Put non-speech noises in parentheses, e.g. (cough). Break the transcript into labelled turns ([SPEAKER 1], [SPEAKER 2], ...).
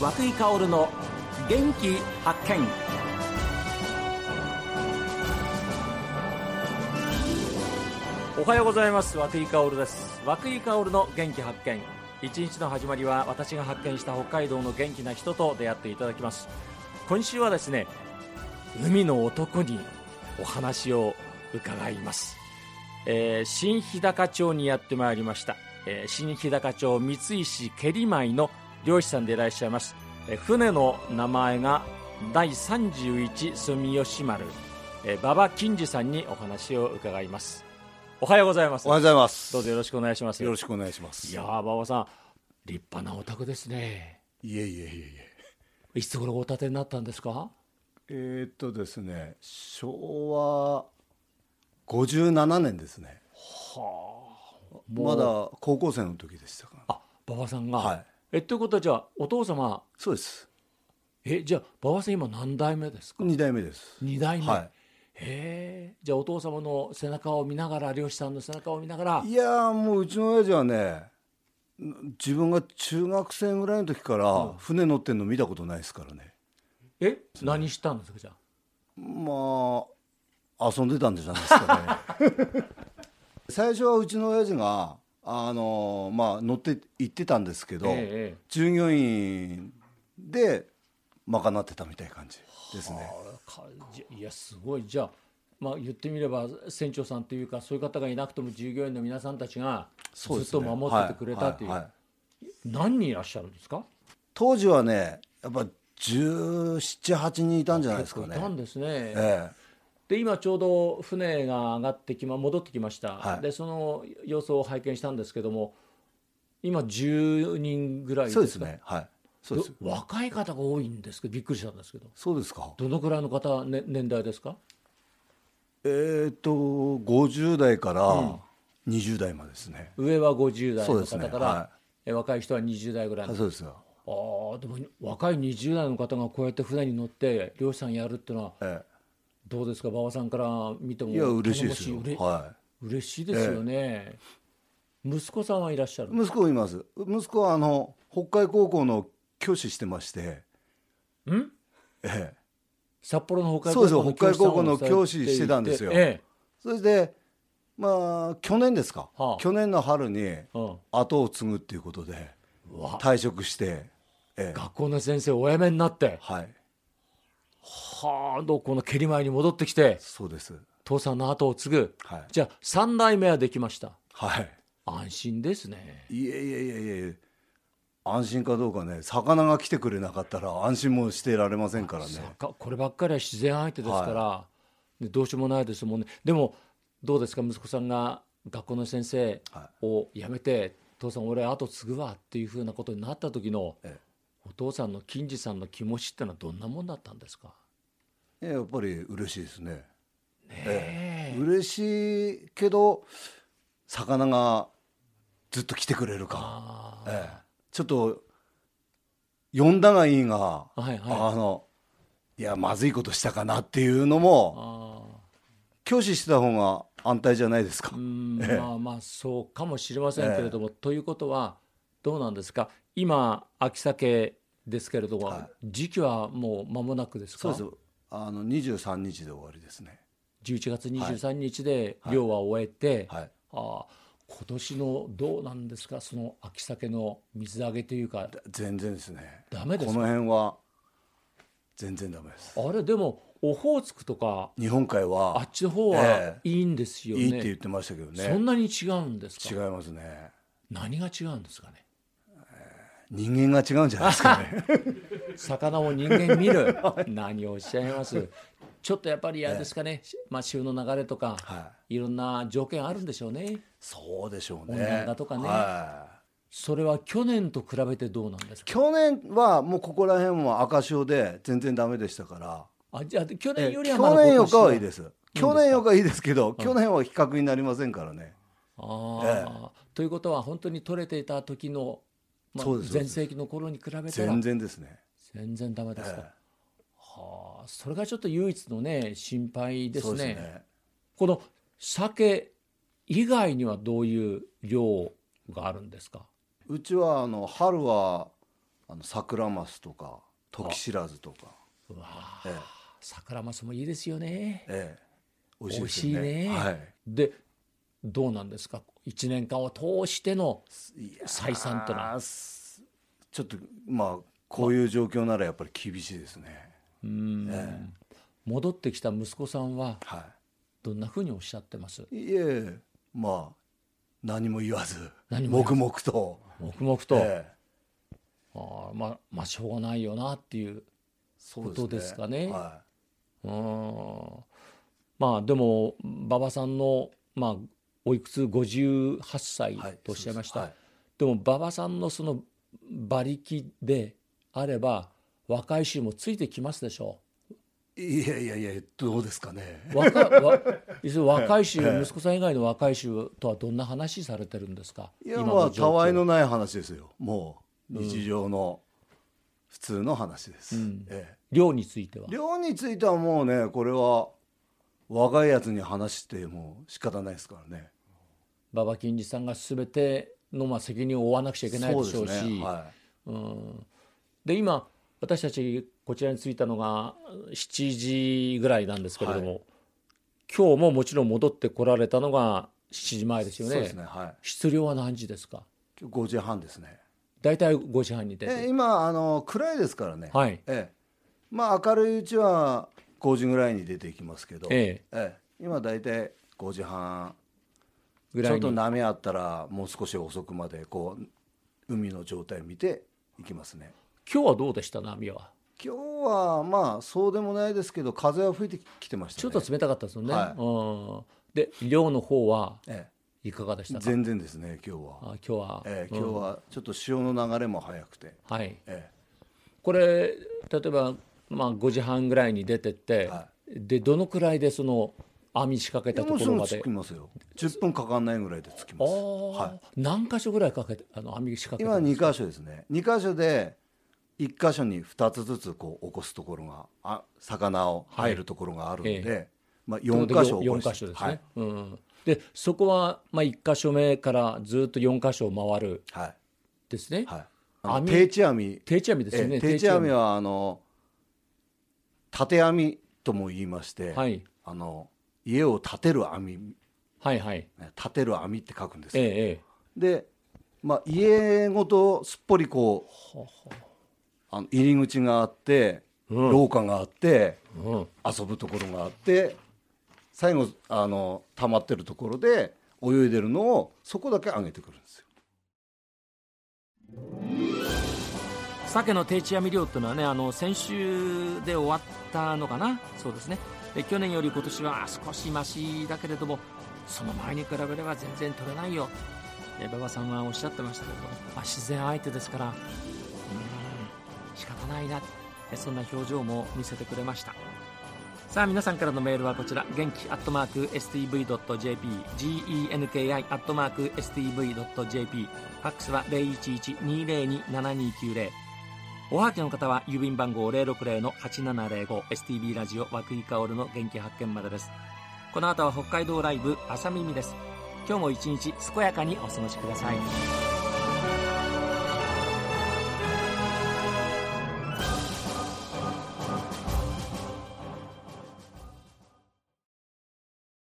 [SPEAKER 1] 和久井薫の元気発見おはようございます和久井薫です和久井薫の元気発見一日の始まりは私が発見した北海道の元気な人と出会っていただきます今週はですね海の男にお話を伺います、えー新日高町にやってまいりました、えー新日高町三石蹴り舞の漁師さんでいらっしゃいます、えー船の名前が第31住吉丸、えー、馬場金次さんにお話を伺いますおはようございます
[SPEAKER 2] おはようございます。
[SPEAKER 1] どうぞよろしくお願いします
[SPEAKER 2] よろしくお願いします。
[SPEAKER 1] いやー馬場さん立派なお宅ですね
[SPEAKER 2] いえいえいえいえ。
[SPEAKER 1] いつ頃お建てになったんですか
[SPEAKER 2] えー、っとですね、昭和57年ですね。まだ高校生の時でしたから。
[SPEAKER 1] あ馬場さんが、
[SPEAKER 2] はい
[SPEAKER 1] えということはじゃあお父様
[SPEAKER 2] そうです。
[SPEAKER 1] えじゃあ馬場さん今何代目ですか
[SPEAKER 2] 二代目です。
[SPEAKER 1] 二代目、
[SPEAKER 2] は
[SPEAKER 1] へえじゃあお父様の背中を見ながら漁師さんの背中を見ながら
[SPEAKER 2] いやーもううちの親父はね、自分が中学生ぐらいの時から船乗ってんの見たことないですからね。
[SPEAKER 1] え何したんですかじゃあ
[SPEAKER 2] まあ遊んでたんじゃないですかね (laughs) 最初はうちの親父があのまあ乗って行ってたんですけど、
[SPEAKER 1] ええええ
[SPEAKER 2] 従業員で賄ってたみたいな感じですね
[SPEAKER 1] かじいやすごいじゃあまあ言ってみれば船長さんというかそういう方がいなくても従業員の皆さんたちがず
[SPEAKER 2] そうで
[SPEAKER 1] っ
[SPEAKER 2] すね
[SPEAKER 1] と守っててくれたっていう、
[SPEAKER 2] ははは
[SPEAKER 1] 何人いらっしゃるんですか
[SPEAKER 2] 当時はねやっぱ1718人いたんじゃないですか
[SPEAKER 1] いた
[SPEAKER 2] ね
[SPEAKER 1] んですね、
[SPEAKER 2] え
[SPEAKER 1] で今ちょうど船が上がってきま戻ってきました、
[SPEAKER 2] はい
[SPEAKER 1] でその様子を拝見したんですけども今10人ぐらい
[SPEAKER 2] え
[SPEAKER 1] です
[SPEAKER 2] そ
[SPEAKER 1] か
[SPEAKER 2] うですねはいそうです
[SPEAKER 1] ど若い方が多いんですけどびっくりしたんですけど
[SPEAKER 2] そうですか
[SPEAKER 1] どのぐらいの方、ね、年代ですか
[SPEAKER 2] えーっと50代から20代までですね、
[SPEAKER 1] 上は50代
[SPEAKER 2] そう
[SPEAKER 1] の
[SPEAKER 2] です
[SPEAKER 1] 方
[SPEAKER 2] ね
[SPEAKER 1] から、
[SPEAKER 2] は
[SPEAKER 1] え若い人は20代ぐらいの
[SPEAKER 2] あそうですよ
[SPEAKER 1] あーでも若い20代の方がこうやって船に乗って漁師さんやるってのは
[SPEAKER 2] え
[SPEAKER 1] どうですか馬場さんから見ても
[SPEAKER 2] えいや嬉しいですよ
[SPEAKER 1] 頼もしうれ
[SPEAKER 2] は
[SPEAKER 1] 嬉しいですよね、息子さんはいらっしゃる
[SPEAKER 2] い息子います息子はあの北海高校の教師してまして
[SPEAKER 1] ん
[SPEAKER 2] ええ
[SPEAKER 1] 札幌の北海
[SPEAKER 2] そうです
[SPEAKER 1] 高校の
[SPEAKER 2] 北海高校
[SPEAKER 1] を
[SPEAKER 2] の
[SPEAKER 1] され
[SPEAKER 2] 教師してたんですよ
[SPEAKER 1] いてえ
[SPEAKER 2] それでまあ去年ですか、
[SPEAKER 1] はあ
[SPEAKER 2] 去年の春に
[SPEAKER 1] えうん
[SPEAKER 2] 後を継ぐっていうことで
[SPEAKER 1] うわ
[SPEAKER 2] 退職して、ええ
[SPEAKER 1] 学校の先生お辞めになって
[SPEAKER 2] はい
[SPEAKER 1] はあどうこの蹴り前に戻ってきて
[SPEAKER 2] そうです
[SPEAKER 1] 父さんの後を継ぐ、
[SPEAKER 2] はい
[SPEAKER 1] じゃあ3代目はできました
[SPEAKER 2] はい
[SPEAKER 1] 安心ですね
[SPEAKER 2] いえいえいえいえ安心かどうかね魚が来てくれなかったら安心もしてられませんからね
[SPEAKER 1] さかこればっかりは自然相手ですから、でどうしようもないですもんねでもどうですか息子さんが学校の先生
[SPEAKER 2] は
[SPEAKER 1] を辞めて、父さん俺後継ぐわっていうふうなことになった時の、
[SPEAKER 2] ええ
[SPEAKER 1] お父さんの金次さんの気持ちってのはどんなもんだったんですか
[SPEAKER 2] ええやっぱり嬉しいですね
[SPEAKER 1] ええ
[SPEAKER 2] 嬉しいけど魚がずっと来てくれるか、
[SPEAKER 1] あ
[SPEAKER 2] ええちょっと呼んだがいいが
[SPEAKER 1] あはいはい
[SPEAKER 2] あ
[SPEAKER 1] あ
[SPEAKER 2] のいやまずいことしたかなっていうのも
[SPEAKER 1] あ
[SPEAKER 2] 教師してた方が安泰じゃないですか、
[SPEAKER 1] うーんまあまあそうかもしれませんけれども、ということはどうなんですか今秋鮭ですけれども、
[SPEAKER 2] は
[SPEAKER 1] 時期はもう間もなくですか
[SPEAKER 2] そうですあの23日で終わりですね
[SPEAKER 1] 11月23日で漁は終えて、
[SPEAKER 2] はい
[SPEAKER 1] ああ今年のどうなんですかその秋鮭の水揚げというか
[SPEAKER 2] だ全然ですね
[SPEAKER 1] ダメです
[SPEAKER 2] この辺は全然ダメです
[SPEAKER 1] あれでもオホーツクとか
[SPEAKER 2] 日本海
[SPEAKER 1] あ
[SPEAKER 2] は
[SPEAKER 1] っちの方
[SPEAKER 2] え
[SPEAKER 1] はいいんですよ
[SPEAKER 2] いいって
[SPEAKER 1] ね
[SPEAKER 2] 言ってましたけど
[SPEAKER 1] そ
[SPEAKER 2] ね
[SPEAKER 1] んなに違うんです
[SPEAKER 2] 違い
[SPEAKER 1] か
[SPEAKER 2] ますね
[SPEAKER 1] 何が違うんですかね
[SPEAKER 2] 人間が違うんじゃないです
[SPEAKER 1] (laughs)
[SPEAKER 2] かね
[SPEAKER 1] 魚を人間見る何をおっしゃいますちょっとやっぱりあれですかね、まあ、潮の流れとか、
[SPEAKER 2] はい
[SPEAKER 1] い、ろんな条件あるんでしょうね
[SPEAKER 2] そうでしょう
[SPEAKER 1] 温暖
[SPEAKER 2] ね
[SPEAKER 1] 化とかね
[SPEAKER 2] はい
[SPEAKER 1] それは去年と比べてどうなんですか
[SPEAKER 2] 去年はもうここら辺も赤潮で全然ダメでしたから
[SPEAKER 1] あじゃあ去
[SPEAKER 2] え
[SPEAKER 1] 年よりはまだ
[SPEAKER 2] 去年よ
[SPEAKER 1] 今年
[SPEAKER 2] りかはいい
[SPEAKER 1] は
[SPEAKER 2] です去年よりかはいいですけど去年は比較になりませんからね
[SPEAKER 1] ああ、ということは本当に取れていた時の、まあ
[SPEAKER 2] そうですそう
[SPEAKER 1] 前
[SPEAKER 2] です
[SPEAKER 1] 世紀の頃に比べたら
[SPEAKER 2] 全
[SPEAKER 1] 全然
[SPEAKER 2] 然ですね
[SPEAKER 1] ダメですか、
[SPEAKER 2] ええ
[SPEAKER 1] はあそれがちょっと唯一のね心配です
[SPEAKER 2] そう
[SPEAKER 1] ね
[SPEAKER 2] ですね
[SPEAKER 1] この鮭以外にはどういう量があるんですか
[SPEAKER 2] うちはあの春はあの桜マスとか時知らずとか、
[SPEAKER 1] うわあ
[SPEAKER 2] え
[SPEAKER 1] 桜マスもいいですよね
[SPEAKER 2] えええ、美
[SPEAKER 1] 美味しい
[SPEAKER 2] よ
[SPEAKER 1] ね
[SPEAKER 2] はい
[SPEAKER 1] でどうなんですか1年間を通しての
[SPEAKER 2] いやー
[SPEAKER 1] 採算とな
[SPEAKER 2] すちょっとまあこういう状況ならやっぱり厳しいですね
[SPEAKER 1] うん戻ってきた息子さんは
[SPEAKER 2] は
[SPEAKER 1] どんなふうにおっしゃってます
[SPEAKER 2] いいえまあ何も言わず
[SPEAKER 1] 何も言
[SPEAKER 2] 黙々と
[SPEAKER 1] 黙々と、
[SPEAKER 2] ええ
[SPEAKER 1] あーまあまあしょうがないよなっていう
[SPEAKER 2] そ
[SPEAKER 1] ことですかね
[SPEAKER 2] は
[SPEAKER 1] うんまあでも馬場さんのまあおいくつ58歳
[SPEAKER 2] いはい
[SPEAKER 1] とおっしゃいました、
[SPEAKER 2] そうで
[SPEAKER 1] でも馬場さんのその馬力であれば若い衆もついてきますでしょ
[SPEAKER 2] すはいいやいやいやどうですかね (laughs)
[SPEAKER 1] う若わ要するに若い衆息子さん以外の若い衆とはどんな話されてるんですか
[SPEAKER 2] いや
[SPEAKER 1] 今
[SPEAKER 2] まあ
[SPEAKER 1] の状況
[SPEAKER 2] たわいのない話ですよもう日常の普通の話です、
[SPEAKER 1] うん
[SPEAKER 2] え
[SPEAKER 1] 量については
[SPEAKER 2] え、寮についてはもうねこれは若いやつに話しても仕方ないですからね
[SPEAKER 1] 馬場金次さんが全てのまあ責任を負わなくちゃいけないでしょうし。
[SPEAKER 2] ねは
[SPEAKER 1] うんで今私たちこちらに着いたのが7時ぐらいなんですけれども、今日ももちろん戻ってこられたのが7時前です
[SPEAKER 2] い、
[SPEAKER 1] よ
[SPEAKER 2] そう
[SPEAKER 1] ね
[SPEAKER 2] ですねはい
[SPEAKER 1] 出漁は何時ですか
[SPEAKER 2] 5時半ですね
[SPEAKER 1] 大体5時半に出て、
[SPEAKER 2] え今あの暗いですからね、
[SPEAKER 1] はい
[SPEAKER 2] ええまあ明るいうちは5時ぐらいに出ていきますけど、
[SPEAKER 1] ええ
[SPEAKER 2] ええ今大体5時半
[SPEAKER 1] ぐ
[SPEAKER 2] ち
[SPEAKER 1] ら
[SPEAKER 2] ょ
[SPEAKER 1] い
[SPEAKER 2] っと
[SPEAKER 1] に
[SPEAKER 2] 波あったらもう少し遅くまでこう海の状態見ていきますね
[SPEAKER 1] 今日はどうでした波は
[SPEAKER 2] 今日はまあそうでもないですけど風は吹いてきてました
[SPEAKER 1] ちょ
[SPEAKER 2] ね
[SPEAKER 1] っと冷たかったですよね、
[SPEAKER 2] はい
[SPEAKER 1] うんで漁の方は
[SPEAKER 2] え
[SPEAKER 1] いかがでし
[SPEAKER 2] え、
[SPEAKER 1] たか
[SPEAKER 2] 全然ですね今日は、
[SPEAKER 1] あ今日は、
[SPEAKER 2] ええ、今日はちょっと潮の流れも速くて、
[SPEAKER 1] はい
[SPEAKER 2] え
[SPEAKER 1] これ例えば、まあ、5時半ぐらいに出てって、
[SPEAKER 2] は
[SPEAKER 1] でどのくらいでその網仕掛け
[SPEAKER 2] え、で
[SPEAKER 1] たと
[SPEAKER 2] もう
[SPEAKER 1] こ
[SPEAKER 2] す
[SPEAKER 1] ろまで
[SPEAKER 2] ぐ着きますよ10分かかんないぐらいで着き
[SPEAKER 1] あ
[SPEAKER 2] ます
[SPEAKER 1] ー、
[SPEAKER 2] はい
[SPEAKER 1] 何箇所ぐらいかけてあの網仕掛け
[SPEAKER 2] 今
[SPEAKER 1] た
[SPEAKER 2] 2箇所ですね2箇所で1箇所に2つずつこう起こすところがあ魚を入るところがあるんで、
[SPEAKER 1] はいえ
[SPEAKER 2] まあ、4箇所起こ
[SPEAKER 1] 4
[SPEAKER 2] して
[SPEAKER 1] 箇所ですね、
[SPEAKER 2] はい
[SPEAKER 1] うん、でそこは、まあ、1箇所目からずっと4箇所を回る
[SPEAKER 2] はい
[SPEAKER 1] ですね、
[SPEAKER 2] はいあの
[SPEAKER 1] 網
[SPEAKER 2] 定置網
[SPEAKER 1] 定置網ですよ
[SPEAKER 2] え
[SPEAKER 1] ね
[SPEAKER 2] え定置網はあの縦網とも言いまして、
[SPEAKER 1] はい
[SPEAKER 2] あの家を建てる網
[SPEAKER 1] はいはい
[SPEAKER 2] ね建てる網って書くんです
[SPEAKER 1] え
[SPEAKER 2] よ
[SPEAKER 1] えええ
[SPEAKER 2] で、まあ、家ごとすっぽりこう
[SPEAKER 1] は
[SPEAKER 2] あの入り口があって、
[SPEAKER 1] うん
[SPEAKER 2] 廊下があって
[SPEAKER 1] はうん
[SPEAKER 2] 遊ぶところがあって最後あの溜まってるところで泳いでるのをそこだけ上げてくるんですよ。
[SPEAKER 1] 鮭の定置網漁っていうのはねあの先週で終わったのかなそうですねで去年より今年は少しマシだけれどもその前に比べれば全然取れないよえ馬場さんはおっしゃってましたけれども、まあ、自然相手ですからうーん仕方ないなえそんな表情も見せてくれましたさあ皆さんからのメールはこちら元気アットマーク STV.jp genki アットマーク STV.jp ファックスは0112027290おはけの方は郵便番号 060-8705STB ラジオ和久井薫の元気発見までですこの後は北海道ライブ朝耳です今日も一日健やかにお過ごしください